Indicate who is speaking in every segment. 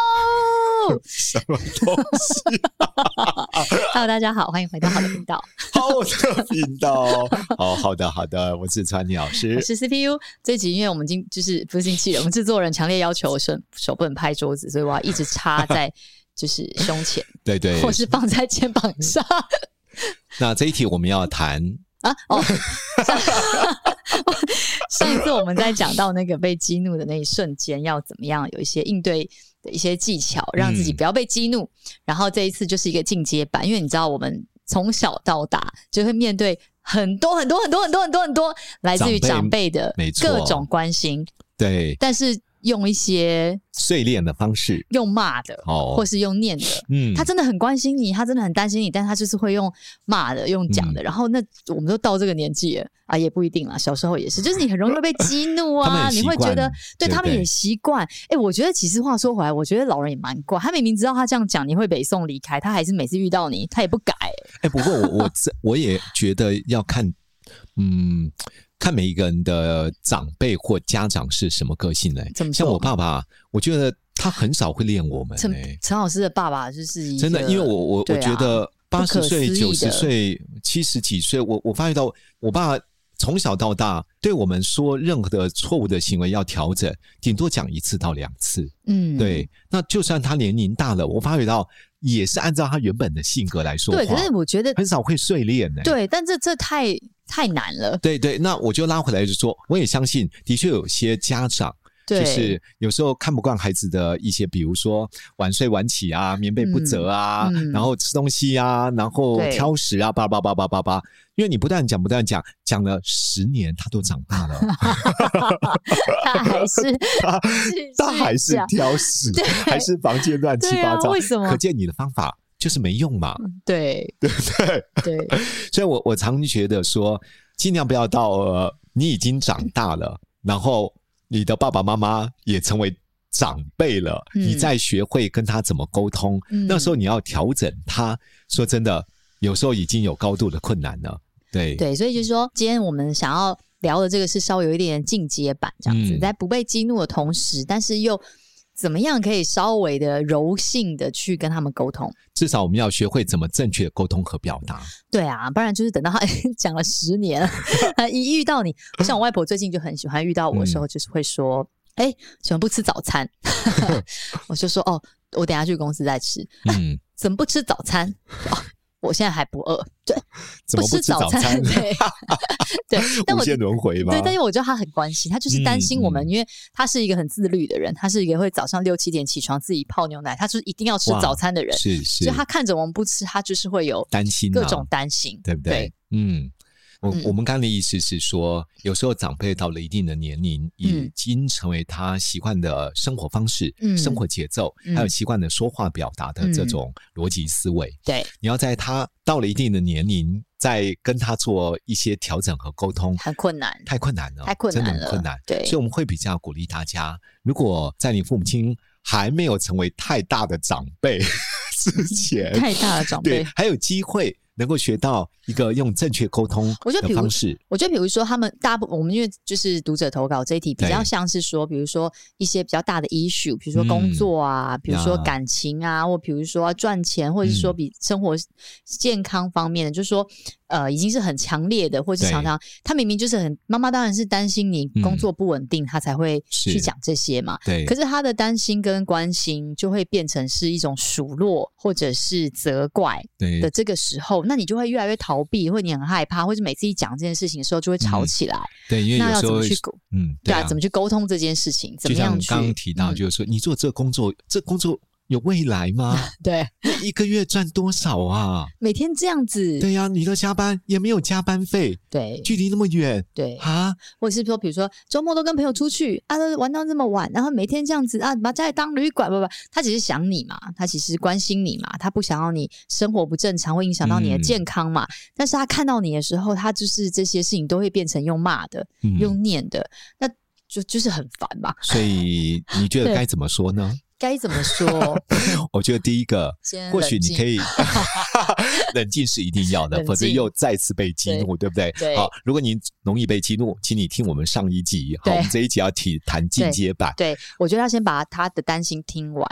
Speaker 1: 什么东西？
Speaker 2: Hello，大家好，欢迎回到好的频道，
Speaker 1: 好的频道。好好的，好的，我是川妮老师
Speaker 2: 我。是 CPU。这集因为我们今就是不是星期人，我们制作人强烈要求手手不能拍桌子，所以我要一直插在就是胸前，
Speaker 1: 对对，
Speaker 2: 或是放在肩膀上
Speaker 1: 那这一题我们要谈
Speaker 2: 啊。哦，上上一次我们在讲到那个被激怒的那一瞬间，要怎么样有一些应对。的一些技巧，让自己
Speaker 1: 嗯
Speaker 2: 不要被激怒。然后这一次就是一个进阶版，因为你知道我们从小到大就会面对很多很多很多很多很多很多来自于长
Speaker 1: 长
Speaker 2: 辈的
Speaker 1: 没错
Speaker 2: 各种关心，
Speaker 1: 对
Speaker 2: 但是用一些
Speaker 1: 碎练的方式。
Speaker 2: 用骂的，
Speaker 1: 哦
Speaker 2: 或是用念的。
Speaker 1: 嗯
Speaker 2: 他真的很关心你，他真的很担心你，但他就是会用骂的、用讲
Speaker 1: 嗯
Speaker 2: 的。然后那我们都到这个年纪了啊，也不一定啦，小时候也 是，就是你很容易会被激怒
Speaker 1: 他们
Speaker 2: 啊，
Speaker 1: 很
Speaker 2: 你
Speaker 1: 习
Speaker 2: 会
Speaker 1: 惯
Speaker 2: 觉得对
Speaker 1: 对不
Speaker 2: 他们
Speaker 1: 对
Speaker 2: 也习惯。哎，我觉得其实话说回来，我觉得老人也蛮怪，他明明知道他这样讲你会北宋离开，他还是每次遇到你，他也不改。
Speaker 1: 哎、不过我我这我也觉得要看，嗯，看每一个人的长辈或家长是什么个性嘞、
Speaker 2: 怎么说
Speaker 1: 像我爸爸，我觉得他很少会练我们、
Speaker 2: 陈
Speaker 1: 欸，
Speaker 2: 陈老师的爸爸就是一个
Speaker 1: 真的，因为我我、
Speaker 2: 对
Speaker 1: 我
Speaker 2: 啊
Speaker 1: 觉得八
Speaker 2: 不
Speaker 1: 十
Speaker 2: 可
Speaker 1: 岁、
Speaker 2: 思议
Speaker 1: 九
Speaker 2: 的
Speaker 1: 十岁、七十几岁，我我发觉到我爸从小到大对我们说任何的错误的行为要调整，顶多讲一次到两次。
Speaker 2: 嗯
Speaker 1: 对，那就算他年龄大了，我发觉到也是按照他原本的性格来说话，
Speaker 2: 对，可是我觉得
Speaker 1: 很少会碎练呢、欸。
Speaker 2: 对，但这这太太难了。
Speaker 1: 对对，那我就拉回来就说，我也相信，的确有些家长。
Speaker 2: 对，
Speaker 1: 就是有时候看不惯孩子的一些，比如说晚睡晚起啊，棉被不折啊，
Speaker 2: 嗯嗯
Speaker 1: 然后吃东西啊，然后
Speaker 2: 对
Speaker 1: 挑食啊，叭叭叭叭叭叭。因为你不断讲，不断讲，讲了十年，他都长大了，
Speaker 2: 他还是
Speaker 1: 他还是
Speaker 2: 这样
Speaker 1: 挑食
Speaker 2: 啊对，
Speaker 1: 还是房间乱七
Speaker 2: 对
Speaker 1: 八
Speaker 2: 啊
Speaker 1: 糟。
Speaker 2: 为什么
Speaker 1: 可见你的方法就是没用嘛。
Speaker 2: 对对对对。
Speaker 1: 所以我我常觉得说，尽量不要到呃，你已经长大了，然后你的爸爸妈妈也成为长辈了，
Speaker 2: 嗯
Speaker 1: 你再学会跟他怎么沟通，
Speaker 2: 嗯
Speaker 1: 那时候你要调整他。说真的，有时候已经有高度的困难了。对，
Speaker 2: 对，所以就是说，今天我们想要聊的这个是稍微有一点进阶版，这样子，
Speaker 1: 嗯
Speaker 2: 在不被激怒的同时，但是又怎么样可以稍微的柔性的去跟他们沟通？
Speaker 1: 至少我们要学会怎么正确沟通和表 达。
Speaker 2: 对啊，不然就是等到他 讲了十年，一遇到你，像我外婆最近就很喜欢遇到我的时
Speaker 1: 嗯
Speaker 2: 候，就是会说：“哎、怎么不吃早餐？” 我就说：“哦，我等一下去公司再吃。
Speaker 1: 嗯，
Speaker 2: 怎么不吃早餐？”哦我现在还不饿，对，
Speaker 1: 怎么
Speaker 2: 不
Speaker 1: 不
Speaker 2: 吃
Speaker 1: 吃早
Speaker 2: 餐？
Speaker 1: 餐？
Speaker 2: 对， 对，但
Speaker 1: 无
Speaker 2: 我
Speaker 1: 限轮回吗？
Speaker 2: 对，但是我觉得他很关心，他就是担心我们，
Speaker 1: 嗯嗯
Speaker 2: 因为他是一个很自律的人，他是一个会早上六七点起床自己泡牛奶，他就是一定要吃
Speaker 1: 哇
Speaker 2: 早餐的人，
Speaker 1: 是是
Speaker 2: 所以，他看着我们不吃，他就是会有
Speaker 1: 担心、啊、
Speaker 2: 各种担心，
Speaker 1: 对不对？嗯，我
Speaker 2: 嗯
Speaker 1: 我们刚才的意思是说，有时候长辈到了一定的年龄，已经成为他习惯的生活方式、
Speaker 2: 嗯
Speaker 1: 生活节奏，
Speaker 2: 嗯
Speaker 1: 还有习惯的说话表达的这种逻辑思维。
Speaker 2: 对，
Speaker 1: 你要在他到了一定的年龄，再跟他做一些调整和沟通。
Speaker 2: 很困难，
Speaker 1: 太困难了，
Speaker 2: 太困难
Speaker 1: 真的
Speaker 2: 了
Speaker 1: 很困难。
Speaker 2: 对
Speaker 1: 所以我们会比较鼓励大家，如果在你父母亲还没有成为太大的长辈 之前，
Speaker 2: 太大的长
Speaker 1: 呃对
Speaker 2: 辈。，
Speaker 1: 还有机会能够学到一个用正确沟通
Speaker 2: 我觉得
Speaker 1: 的
Speaker 2: 比如
Speaker 1: 方式。
Speaker 2: 我觉得，比如说，他们大部我们因为就是读者投稿这一题，比
Speaker 1: 对
Speaker 2: 较像是说，比如说一些比较大的 issue，比如说工
Speaker 1: 嗯
Speaker 2: 作啊，比如说
Speaker 1: 呀
Speaker 2: 感情啊，或比如说赚钱，或者是说
Speaker 1: 嗯
Speaker 2: 比生活健康方面的，就是说呃，已经是很强烈的，或是
Speaker 1: 对
Speaker 2: 常常他明明就是很妈妈，当然是担心你工
Speaker 1: 嗯
Speaker 2: 作不稳定，她才会去
Speaker 1: 是
Speaker 2: 讲这些嘛。
Speaker 1: 对，
Speaker 2: 可是他的担心跟关心就会变成是一种数落或者是责怪，
Speaker 1: 对
Speaker 2: 的这个时候，那你就会越来越逃避，或者你很害怕，或者每次一讲这件事情的时候就会吵起来。
Speaker 1: 对，嗯因为
Speaker 2: 那
Speaker 1: 有
Speaker 2: 要
Speaker 1: 时
Speaker 2: 怎
Speaker 1: 候
Speaker 2: 么去沟？
Speaker 1: 嗯，
Speaker 2: 对啊
Speaker 1: 对
Speaker 2: 啊，怎么去沟通这件事情？怎
Speaker 1: 就
Speaker 2: 么
Speaker 1: 像
Speaker 2: 样
Speaker 1: 我
Speaker 2: 去？
Speaker 1: 刚刚提到，
Speaker 2: 嗯
Speaker 1: 就是说，你做这个工作，这工作有未来 吗？
Speaker 2: 对，
Speaker 1: 你一个月赚多少啊？
Speaker 2: 每天这样子，
Speaker 1: 对呀、你都加班也没有加班费，
Speaker 2: 对
Speaker 1: 距离那么远
Speaker 2: 对，
Speaker 1: 啊！
Speaker 2: 或者是说，比如说周末都跟朋友出去啊，都玩到这么晚，然后每天这样子啊，把家里当旅馆，不不，他只是想你嘛，他其实关心你嘛，他不想要你生活不正常，会影响到你的
Speaker 1: 嗯
Speaker 2: 健康嘛。但是他看到你的时候，他就是这些事情都会变成用骂的、
Speaker 1: 嗯
Speaker 2: 用念的，那就就是很烦嘛。
Speaker 1: 所以你觉得
Speaker 2: 对
Speaker 1: 该怎么说呢？
Speaker 2: 该怎么说？
Speaker 1: 我觉得第一个，
Speaker 2: 先
Speaker 1: 或许
Speaker 2: 冷
Speaker 1: 你
Speaker 2: 静
Speaker 1: 可以冷静是一定要的，
Speaker 2: 冷
Speaker 1: 否则
Speaker 2: 静
Speaker 1: 又再次被激怒，对不对？
Speaker 2: 对
Speaker 1: 好，如果您容易被激怒，请你听我们上一集。好，
Speaker 2: 对
Speaker 1: 我们这一集要提谈进阶版，
Speaker 2: 对，我觉得要先把他的担心听完，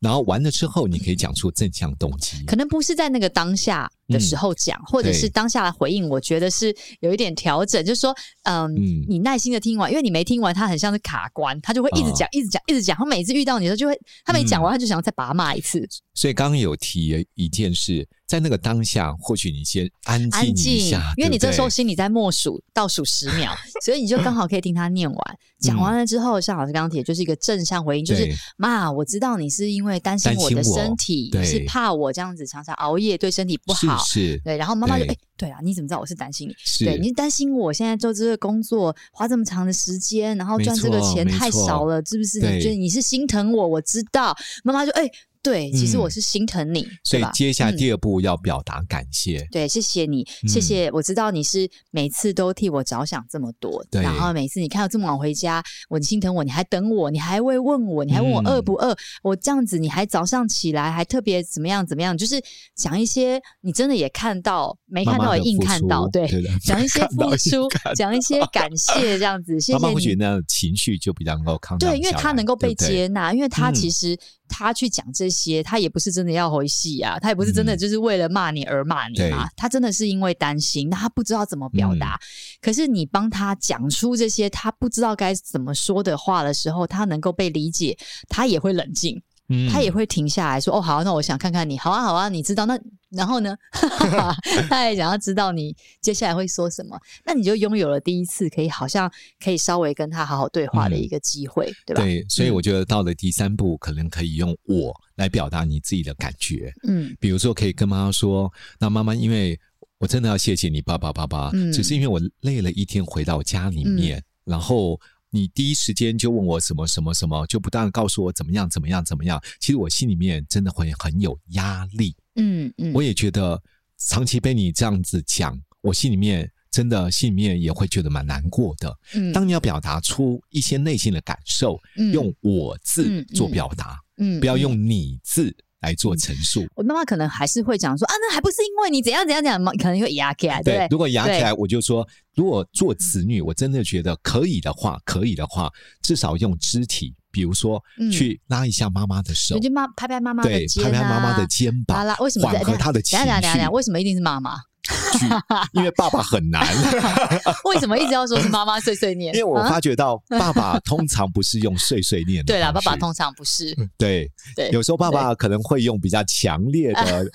Speaker 1: 然后完了之后，你可以讲出正向动机。
Speaker 2: 可能不是在那个当下的时候讲，或者是
Speaker 1: 嗯对
Speaker 2: 当下的回应，我觉得是有一点调整，就是说，嗯，
Speaker 1: 嗯
Speaker 2: 你耐心的听完，因为你没听完，他很像是卡关，他就会一
Speaker 1: 啊
Speaker 2: 直讲、一直讲、一直讲，他每次遇到你的时候就会，他没
Speaker 1: 嗯
Speaker 2: 讲完，他就想要再把他骂一次，
Speaker 1: 所以刚刚有提一件事，在那个当下，或许你先安
Speaker 2: 安
Speaker 1: 静一
Speaker 2: 静
Speaker 1: 下，，
Speaker 2: 因为你
Speaker 1: 对
Speaker 2: 这
Speaker 1: 不
Speaker 2: 时候
Speaker 1: 对
Speaker 2: 心里在默数倒数十秒，所以你就刚好可以听他念
Speaker 1: 嗯
Speaker 2: 完，讲完了之后，像老师刚刚提，的，就是一个正向回应，就是
Speaker 1: 对
Speaker 2: 妈，我知道你是因为担心
Speaker 1: 担
Speaker 2: 我
Speaker 1: 心
Speaker 2: 的
Speaker 1: 我
Speaker 2: 身体，
Speaker 1: 对
Speaker 2: 是怕我这样子常常熬夜对身体不好，
Speaker 1: 是
Speaker 2: 对，然后妈妈就哎、
Speaker 1: 对
Speaker 2: 对啊，你怎么知道我是担心你？
Speaker 1: 是
Speaker 2: 对，
Speaker 1: 是
Speaker 2: 你担心我现在做这个工作花这么长的时间，然后
Speaker 1: 没
Speaker 2: 赚这个
Speaker 1: 错
Speaker 2: 钱
Speaker 1: 没
Speaker 2: 太少
Speaker 1: 错
Speaker 2: 了，是不是？
Speaker 1: 对
Speaker 2: 你觉得你是心疼我？我知道，妈妈就哎、对，其实我是心疼你，
Speaker 1: 嗯所
Speaker 2: 对
Speaker 1: 以
Speaker 2: 吧？
Speaker 1: 接下来
Speaker 2: 嗯
Speaker 1: 第二步要表达感谢，
Speaker 2: 对，谢谢你，
Speaker 1: 嗯
Speaker 2: 谢谢，我知道你是每次都替我着想这么多，
Speaker 1: 对
Speaker 2: 然后每次你看到这么晚回家，我你心疼我，你还等我，你还会问我，你还问我饿
Speaker 1: 嗯
Speaker 2: 不饿，我这样子你还早上起来还特别怎么样怎么样，就是讲一些你真的也看到没看
Speaker 1: 妈妈
Speaker 2: 到也
Speaker 1: 的
Speaker 2: 硬
Speaker 1: 付
Speaker 2: 看
Speaker 1: 出
Speaker 2: 到，对，
Speaker 1: 对的，
Speaker 2: 讲 一些
Speaker 1: 看到
Speaker 2: 付
Speaker 1: 硬
Speaker 2: 出
Speaker 1: 看，
Speaker 2: 讲一些感谢，这样子，谢
Speaker 1: 妈
Speaker 2: 谢
Speaker 1: 妈会觉
Speaker 2: 你。
Speaker 1: 得那种情绪就比较能够抗
Speaker 2: 对，因为他能够被接
Speaker 1: 接，
Speaker 2: 纳，因为他
Speaker 1: 嗯
Speaker 2: 其实他去讲这些，他也不是真的要回戏啊，他也不是真的
Speaker 1: 嗯
Speaker 2: 就是为了骂你而骂你
Speaker 1: 对嗯
Speaker 2: 嘛，他真的是因为担心，那他不知道怎么表达。可是你帮他讲出这些他不知道该怎么说的话的时候，他能够被理解，他也会冷静，
Speaker 1: 嗯
Speaker 2: 他也会停下来说：“哦，好，那我想看看你，好啊，好啊，你知道那然后呢？他也想要知道你接下来会说什么，那你就拥有了第一次可以好像可以稍微跟他好好对话的一个机会，对吧？
Speaker 1: 嗯
Speaker 2: 嗯
Speaker 1: 对，所以我觉得到了第三步，可能可以用“我”来表达你自己的感觉。
Speaker 2: 嗯，
Speaker 1: 比如说，可以跟妈妈说：“那妈妈，因为我真的要谢谢你，爸爸，爸爸，
Speaker 2: 嗯
Speaker 1: 只是因为我累了一天回到家里面，然后你第一时间就问我什么什么什么，就不断地告诉我怎么样怎么样怎么样。其实我心里面真的会很有压力，
Speaker 2: 嗯嗯，
Speaker 1: 我也觉得长期被你这样子讲，我心里面真的心里面也会觉得蛮难过的。
Speaker 2: 嗯
Speaker 1: 当你要表达出一些内心的感受，用“我”字
Speaker 2: 嗯
Speaker 1: 做表达，
Speaker 2: 嗯
Speaker 1: 不要。
Speaker 2: 嗯嗯嗯
Speaker 1: 用“你”字来做陈述。
Speaker 2: 我妈妈可能还是会讲说啊，那还不是因为你怎样怎样怎样，可能会压起来，对不
Speaker 1: 如果压起
Speaker 2: 对嗯
Speaker 1: 来，我就说，如果做子女，我真的觉得可以的话，可以的话，至少用肢体，比如说
Speaker 2: 嗯
Speaker 1: 去拉一下妈妈的手
Speaker 2: 你，就妈拍拍妈妈的
Speaker 1: 对，
Speaker 2: 肩、啊，
Speaker 1: 拍拍妈妈的肩膀，
Speaker 2: 啊啦，为什么
Speaker 1: 缓和她的情
Speaker 2: 等一下等一下等一下等一下
Speaker 1: 绪，
Speaker 2: 为什么一定是妈妈？
Speaker 1: 因为爸爸很 难。
Speaker 2: 为什么一直要说是妈妈碎碎念？
Speaker 1: 因为我
Speaker 2: 啊
Speaker 1: 发觉到 爸爸通常不是用碎碎念的方
Speaker 2: 对
Speaker 1: 式，
Speaker 2: 啦，爸爸通常不 是。
Speaker 1: 对
Speaker 2: 对
Speaker 1: 有时候爸爸可能会用比较强烈的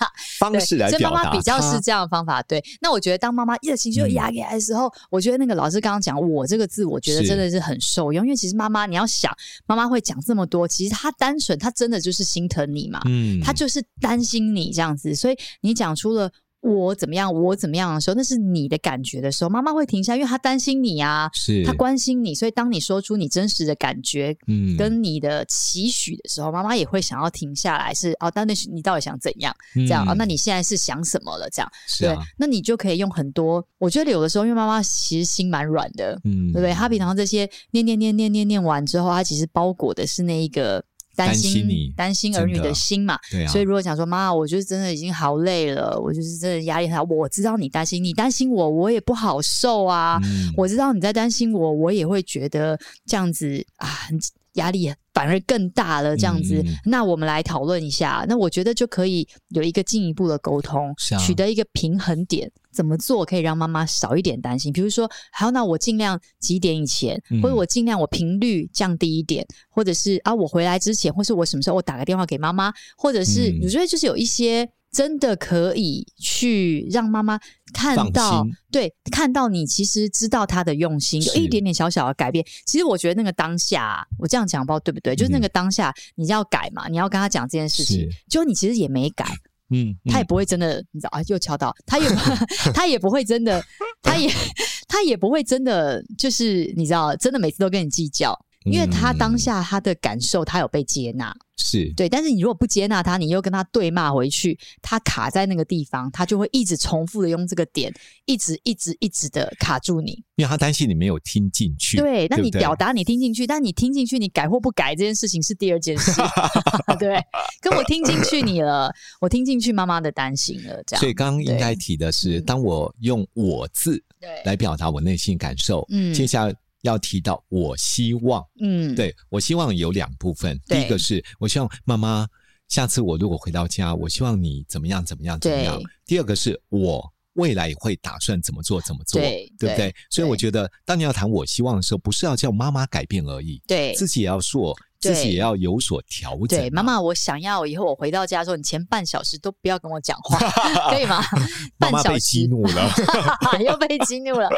Speaker 1: 方
Speaker 2: 对，
Speaker 1: 式来
Speaker 2: 所以妈
Speaker 1: 表达嗯
Speaker 2: 妈
Speaker 1: 他，
Speaker 2: 比较是这样的方法。对，那我觉得当妈妈热情绪又压起来的时候，我觉得那个老师刚刚讲“我”这个字，我觉得
Speaker 1: 是
Speaker 2: 真的是很受用，因为其实妈妈你要想，妈妈会讲这么多，其实她单纯，她真的就是心疼你嘛，
Speaker 1: 嗯
Speaker 2: 她就是担心你这样子，所以你讲出了。我怎么样？我怎么样的时候，那是你的感觉的时候，妈妈会停下，因为她担心你啊，
Speaker 1: 是
Speaker 2: 她关心你，所以当你说出你真实的感觉
Speaker 1: 嗯
Speaker 2: 跟你的期许的时候，妈妈也会想要停下来是，哦，但那是你到底想怎样？这样啊、哦那你现在是想什么了？这样
Speaker 1: 嗯是
Speaker 2: 对
Speaker 1: 啊，，
Speaker 2: 那你就可以用很多。我觉得有的时候，因为妈妈其实心蛮软的，
Speaker 1: 嗯
Speaker 2: 对不对？她平常这些念念念念念念完之后，她其实包裹的是那一个担
Speaker 1: 担
Speaker 2: 心
Speaker 1: 心你
Speaker 2: 担心儿
Speaker 1: 真
Speaker 2: 女
Speaker 1: 的
Speaker 2: 的心嘛。
Speaker 1: 对啊，
Speaker 2: 所以如果想说妈，我就是真的已经好累了，我就是真的压力很大，我知道你担心，你担心我，我也不好受啊。
Speaker 1: 嗯
Speaker 2: 我知道你在担心我，我也会觉得这样子啊，很压力反而更大了。这样子，
Speaker 1: 嗯嗯嗯
Speaker 2: 那我们来讨论一下。那我觉得就可以有一个进一步的沟通，
Speaker 1: 是啊
Speaker 2: 取得一个平衡点。怎么做可以让妈妈少一点担心？比如说，好，那我尽量几点以前，
Speaker 1: 嗯
Speaker 2: 或者我尽量我频率降低一点，或者是啊，我回来之前，或是我什么时候我打个电话给妈妈，或者是
Speaker 1: 嗯
Speaker 2: 我觉得就是有一些真的可以去让妈妈看
Speaker 1: 放
Speaker 2: 到
Speaker 1: 心，
Speaker 2: 对，看到你其实知道她的用心，有
Speaker 1: 是
Speaker 2: 一点点小小的改变。其实我觉得那个当下啊，我这样讲不知道对不对，就是那
Speaker 1: 嗯
Speaker 2: 个当下你要改嘛，你要跟他讲这件事情
Speaker 1: 是，
Speaker 2: 就你其实也没改，
Speaker 1: 嗯，
Speaker 2: 他也
Speaker 1: 嗯
Speaker 2: 不会真的，你知道啊，又敲到，他也 不他也不会真的，他也 他也不会真的，就是你知道，真的每次都跟你计较，
Speaker 1: 嗯
Speaker 2: 因为他当下他的感受，他有被接纳，
Speaker 1: 是
Speaker 2: 对。但是你如果不接纳他，你又跟他对骂回去，他卡在那个地方，他就会一直重复的用这个点，一直一直一直的卡住你。
Speaker 1: 因为他担心你没有听进去，
Speaker 2: 对，那
Speaker 1: 不
Speaker 2: 你
Speaker 1: 对
Speaker 2: 表达你听进去，但你听进去，你改或不改这件事情是第二件 事，对。跟我听进去你了，我听进去妈妈的担心了，这样
Speaker 1: 所以刚刚应
Speaker 2: 对嗯
Speaker 1: 该提的是，当我用“我”字
Speaker 2: 对
Speaker 1: 来表达我内心感受，
Speaker 2: 嗯
Speaker 1: 接下来要提到我希望，
Speaker 2: 嗯，
Speaker 1: 对我希望有两部分，第
Speaker 2: 对
Speaker 1: 一个是我希望妈妈下次我如果回到家，我希望你怎么样怎么样怎么样
Speaker 2: 对；
Speaker 1: 第二个是我未来会打算怎么做怎么做，
Speaker 2: 对
Speaker 1: 不
Speaker 2: 对
Speaker 1: 对？所以我
Speaker 2: 对
Speaker 1: 觉得，当你要谈我希望的时候，不是要叫妈妈改变而已，
Speaker 2: 对
Speaker 1: 自己也要做，自己
Speaker 2: 对
Speaker 1: 也要有所调整啊。
Speaker 2: 对，妈妈，我想要以后我回到家的时候，你前半小时都不要跟我讲 话，可以吗？
Speaker 1: 妈
Speaker 2: 半
Speaker 1: 妈
Speaker 2: 小
Speaker 1: 被
Speaker 2: 时
Speaker 1: 激怒了，
Speaker 2: 又被激怒了，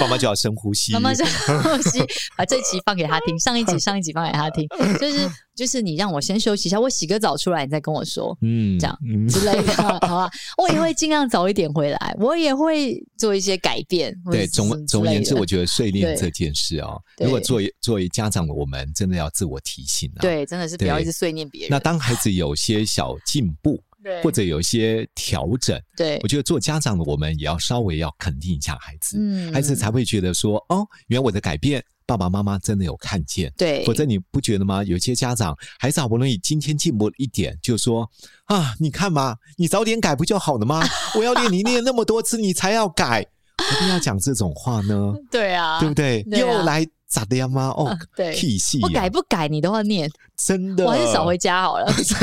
Speaker 1: 妈妈就要深呼吸。
Speaker 2: 妈妈深 呼吸，把这一集放给他听，上一集上一集放给他听，就是就是你让我先休息一下，我洗个澡出来，你再跟我说。
Speaker 1: 嗯
Speaker 2: 这样
Speaker 1: 嗯
Speaker 2: 之类的，好吧， 我也会尽量早一点回来，我也会做一些改变。或者
Speaker 1: 对，
Speaker 2: 是什么
Speaker 1: 总总
Speaker 2: 之
Speaker 1: 而
Speaker 2: 类
Speaker 1: 言之，
Speaker 2: 的
Speaker 1: 我觉得睡
Speaker 2: 对
Speaker 1: 练这件事哦，
Speaker 2: 对
Speaker 1: 如果作为作为家长的我们，真的要自我提醒啊。，
Speaker 2: 对真的是不要
Speaker 1: 对
Speaker 2: 一直碎念别人。
Speaker 1: 那当孩子有些小进步
Speaker 2: 对
Speaker 1: 或者有些调整，
Speaker 2: 对
Speaker 1: 我，觉得做家长的我们也要稍微要肯定一下孩子，
Speaker 2: 嗯
Speaker 1: 孩子才会觉得说，哦，原来我的改变，爸爸妈妈真的有看见。
Speaker 2: 对，
Speaker 1: 否则你不觉得吗？有些家长孩子好不容易今天进步了一点，就说啊，你看嘛，你早点改不就好 了吗？我要练你练那么多次，你才要改，何必要讲这种话呢？
Speaker 2: 对啊，
Speaker 1: 对不对？
Speaker 2: 对啊啊
Speaker 1: 又来咋的呀妈哦，
Speaker 2: 对
Speaker 1: 屁戏、呀
Speaker 2: 我改不改你都要念，
Speaker 1: 真的，
Speaker 2: 我还是少回家好 了。是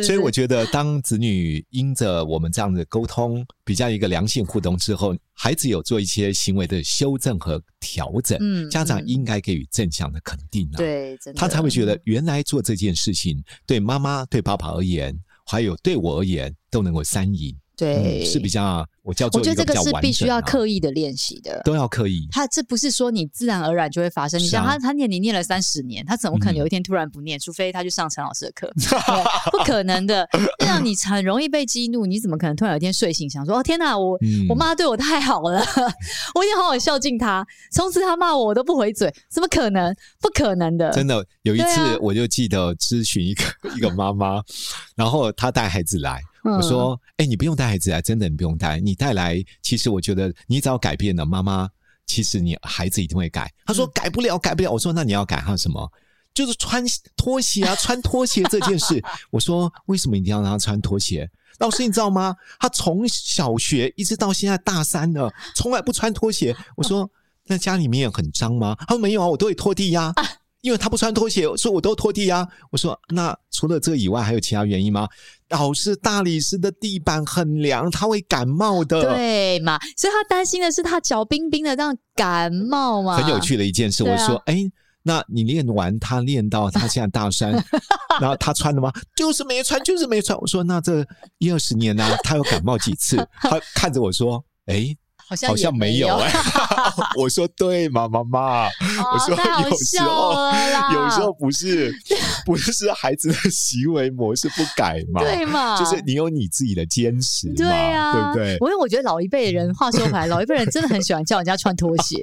Speaker 2: 不
Speaker 1: 所以
Speaker 2: 是
Speaker 1: 我觉得，当子女因着我们这样的沟通，比较一个良性互动之后，孩子有做一些行为的修正和调整，
Speaker 2: 嗯
Speaker 1: 家长
Speaker 2: 嗯
Speaker 1: 应该给予正向的肯定啊。
Speaker 2: 对，真的
Speaker 1: 他才会觉得原来做这件事情对妈妈、对爸爸而言，还有对我而言都能够三赢，
Speaker 2: 对、
Speaker 1: 嗯是比。较我叫
Speaker 2: 我
Speaker 1: 做
Speaker 2: 觉
Speaker 1: 一
Speaker 2: 得这
Speaker 1: 比
Speaker 2: 个
Speaker 1: 较
Speaker 2: 是
Speaker 1: 完整、啊，
Speaker 2: 必须要刻意的练习的。
Speaker 1: 都要刻意，
Speaker 2: 他这不是说你自然而然就会发生。你
Speaker 1: 是啊
Speaker 2: 想他，他念你念了三十年，他怎么可能
Speaker 1: 嗯
Speaker 2: 有一天突然不念？除非他去上陈老师的课，对不可能的。那样你很容易被激怒，你怎么可能突然有一天睡醒想说：“哦天哪，我
Speaker 1: 嗯
Speaker 2: 我妈对我太好了， 我一定好好孝敬她。”从此她骂我，我都不回嘴，怎么可能？不可能的，
Speaker 1: 真的有一
Speaker 2: 对
Speaker 1: 次
Speaker 2: 啊，
Speaker 1: 我就记得咨询一个、 一个妈妈，然后她带孩子来，
Speaker 2: 嗯
Speaker 1: 我说：“哎、你不用带孩子来，真的你不用带，你带来，其实我觉得你只要改变了，妈妈，其实你孩子一定会改。”她说：“改不了，改不了。”我说：“那你要改还有什么？”就是穿拖鞋啊，穿拖鞋这件事， 我说为什么一定要让他穿拖鞋？老师，你知道吗？他从小学一直到现在大三了， 从来不穿拖鞋。我说那家里面很脏吗？他说没有啊，我都会拖地呀、因为他不穿拖鞋，所以我都拖地呀、我说那除了这以外，还有其他原因吗？老师，大理石的地板很凉，他会感冒的。
Speaker 2: 对嘛？所以他担心的是他脚冰冰的，这样感冒嘛。
Speaker 1: 很有趣的一件事，
Speaker 2: 啊对
Speaker 1: 我
Speaker 2: 啊
Speaker 1: 就说，哎、那你练完他练到他现在大 三，然后他穿了吗？就是没穿，就是没穿。我说那这一二十年呢、他有感冒几次？他看着我说，哎、
Speaker 2: 好像
Speaker 1: 好像
Speaker 2: 也
Speaker 1: 没有哎、我说对嘛，妈妈。
Speaker 2: 哦
Speaker 1: 我说
Speaker 2: 太好
Speaker 1: 有时候
Speaker 2: 笑了啦，
Speaker 1: 有时候不是不是孩子的行为模式不改嘛，
Speaker 2: 对嘛，
Speaker 1: 就是你有你自己的坚持嘛，
Speaker 2: 对啊，
Speaker 1: 不对？嗯
Speaker 2: 我因为我觉得老一辈人，话说回来，老一辈人真的很喜欢叫人家穿拖 鞋，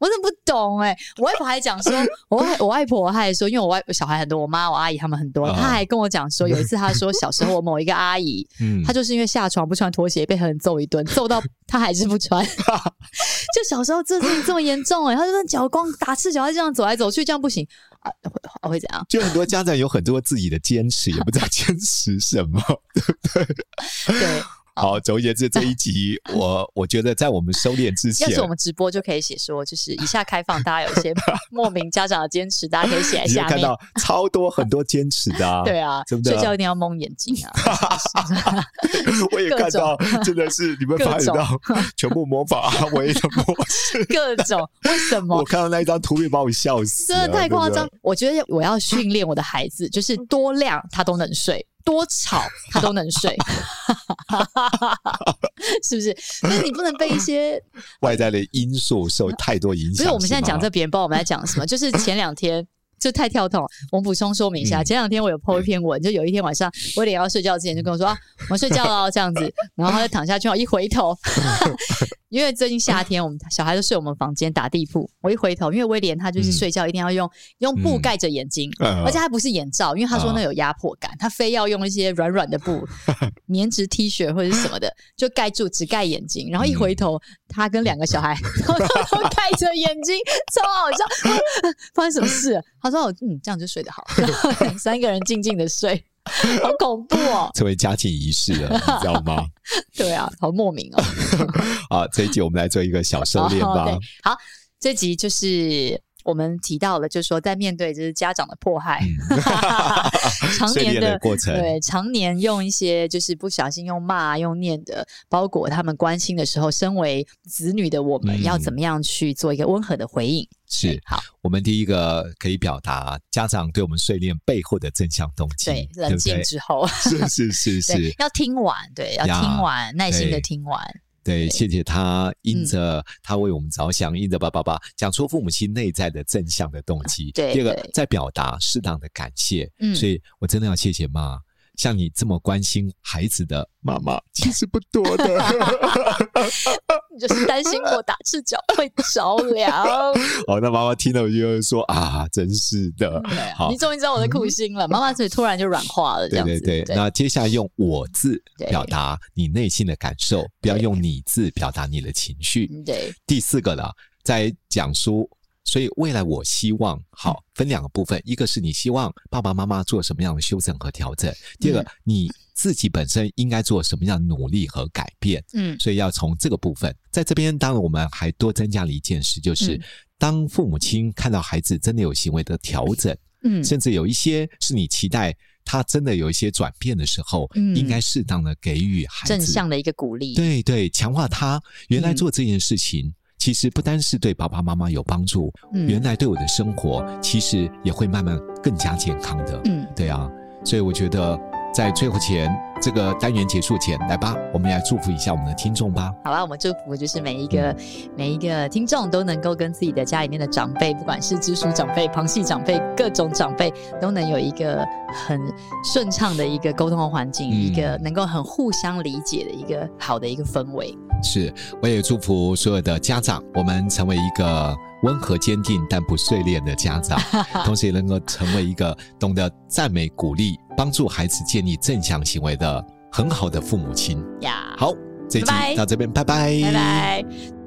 Speaker 2: 我真的不懂哎、我外婆还讲说，我外我外婆她还说，因为我外小孩很多，我妈我阿姨他们很多，
Speaker 1: 啊
Speaker 2: 她还跟我讲说，有一次她说小时候我某一个阿姨，
Speaker 1: 嗯
Speaker 2: 她就是因为下床不穿拖鞋被狠狠揍一顿，揍到她还是不 穿。就小时候这事情这么严重哎、她就那脚光打赤脚，她这样走来走去，这样不行啊，会会怎 样？
Speaker 1: 就很多家长有很多自己的坚持，也不知道坚持什 么。
Speaker 2: 对，
Speaker 1: 好，总而言之，这一集 我我觉得在我们收敛之
Speaker 2: 要
Speaker 1: 前，
Speaker 2: 是我们直播就可以写说，就是以下开放，大家有 一些莫名家长的坚持，大家可以写在
Speaker 1: 你就
Speaker 2: 下
Speaker 1: 看
Speaker 2: 面。
Speaker 1: 到超多很多坚持的、啊
Speaker 2: 对啊，
Speaker 1: 真的
Speaker 2: 睡觉一定要蒙眼睛啊！
Speaker 1: 我也看到，真的是你们
Speaker 2: 各
Speaker 1: 发现
Speaker 2: 种
Speaker 1: 到全部模仿阿威的 模式。
Speaker 2: 各种为什
Speaker 1: 我
Speaker 2: 么？
Speaker 1: 看到那一张图片，把我笑死
Speaker 2: 真
Speaker 1: 了，
Speaker 2: 的太夸
Speaker 1: 对不对
Speaker 2: 张！我觉得我要训练我的孩子，就是多量他都能睡，多吵他都能 睡， 是不是？但是你不能被一些
Speaker 1: 外在的因素受太多影
Speaker 2: 不
Speaker 1: 响。
Speaker 2: 是我们现在
Speaker 1: 吗
Speaker 2: 讲这，别人，不知道我们在讲什么。就是前两天就太跳痛，我们补充说明一下。
Speaker 1: 嗯
Speaker 2: 前两天我有 po 一篇文，就有一天晚上我也要睡觉之前就跟我说啊，我们睡觉了哦这样子，然后他就躺下去，我一回头， 因为最近夏天我们小孩都睡我们房间打地铺，我一回头，因为威廉他
Speaker 1: 嗯
Speaker 2: 就是睡觉一定要用用布盖着眼睛。
Speaker 1: 呃
Speaker 2: 而且他不是眼罩，因为他说那有压迫感，他非要用一些软软的布、棉质 T 恤或者是什么的，就盖住，只盖眼睛。然后一回头，他跟两个小孩偷偷盖着眼睛，超好笑。发生什么事了？他说：“嗯，这样就睡得好。”然后三个人静静的睡，好恐怖哦！
Speaker 1: 成为家庭仪式 了，你知道吗？
Speaker 2: 对啊，好莫名哦。
Speaker 1: 啊，这一集我们来做一个小收敛
Speaker 2: 哦
Speaker 1: 吧
Speaker 2: 对。，好，这集就是我们提到了，就是说在面对就是家长的迫害，常
Speaker 1: 睡
Speaker 2: 年
Speaker 1: 眠
Speaker 2: 的
Speaker 1: 嗯的过程，
Speaker 2: 对，常年用一些就是不小心用骂、啊用念的包裹他们关心的时候，身为子女的我们、
Speaker 1: 嗯
Speaker 2: 要怎么样去做一个温和的回应？
Speaker 1: 是
Speaker 2: 对好，
Speaker 1: 我们第一个可以表达家长对我们睡眠背后的正向动机，
Speaker 2: 对，
Speaker 1: 对
Speaker 2: 冷
Speaker 1: 不
Speaker 2: 静
Speaker 1: 对？
Speaker 2: 之后，
Speaker 1: 是是是
Speaker 2: 对
Speaker 1: 是，，
Speaker 2: 要听完，对，要
Speaker 1: 呀
Speaker 2: 听完，耐心的
Speaker 1: 对
Speaker 2: 听完，
Speaker 1: 对，谢谢他，
Speaker 2: 嗯
Speaker 1: 因着他为我们着想，因着爸爸爸讲出父母亲内在的正向的动
Speaker 2: 啊
Speaker 1: 机。
Speaker 2: 对
Speaker 1: 第二个
Speaker 2: 对
Speaker 1: 在表达适当的感谢，
Speaker 2: 嗯
Speaker 1: 所以我真的要谢谢妈。像你这么关心孩子的妈妈，其实不多 的。
Speaker 2: 你就是担心我打赤 脚会着凉。
Speaker 1: 哦，那妈妈听了就会说啊，真是的。
Speaker 2: 对啊
Speaker 1: 好嗯
Speaker 2: 你终于知道我的苦心了，妈妈嘴突然就软化了，这
Speaker 1: 对
Speaker 2: 样
Speaker 1: 对
Speaker 2: 子。
Speaker 1: 对，那接下来用“我”字
Speaker 2: 对
Speaker 1: 表达你内心的感受，不要用“你”字表达你的情绪。
Speaker 2: 嗯对，
Speaker 1: 第四个呢，在讲述，所以未来我希望
Speaker 2: 嗯
Speaker 1: 好分两个部分，一个是你希望爸爸妈妈做什么样的修正和调
Speaker 2: 嗯
Speaker 1: 整，第二个、你自己本身应该做什么样的努力和改变，
Speaker 2: 嗯
Speaker 1: 所以要从这个部分，在这边当然我们还多增加了一件事，就是。
Speaker 2: 嗯
Speaker 1: 当父母亲看到孩子真的有行为的调整，
Speaker 2: 嗯，
Speaker 1: 甚至有一些是你期待他真的有一些转变的时候，
Speaker 2: 嗯
Speaker 1: 应该适当的给予孩子
Speaker 2: 正向的一个鼓励。
Speaker 1: 对对，强化他原来
Speaker 2: 嗯
Speaker 1: 做这件事情，其实不单是对爸爸妈妈有帮助，
Speaker 2: 嗯
Speaker 1: 原来对我的生活其实也会慢慢更加健康的。
Speaker 2: 嗯，
Speaker 1: 对啊，所以我觉得在最后前这个单元结束前，来吧，我们来祝福一下我们的听众吧。
Speaker 2: 好吧，我们祝福就是每一个、每一个听众都能够跟自己的家里面的长辈，不管是直属长辈、旁系长辈、各种长辈，都能有一个很顺畅的一个沟通的环境，
Speaker 1: 嗯
Speaker 2: 一个能够很互相理解的一个好的一个氛围。
Speaker 1: 是，我也祝福所有的家长，我们成为一个温和坚定但不碎裂的家 长，同时也能够成为一个懂得赞美、鼓励、帮助孩子建立正向行为的很好的父母亲。
Speaker 2: 呀，
Speaker 1: 好，这一集
Speaker 2: 拜拜
Speaker 1: 到这边，拜拜，
Speaker 2: 拜拜。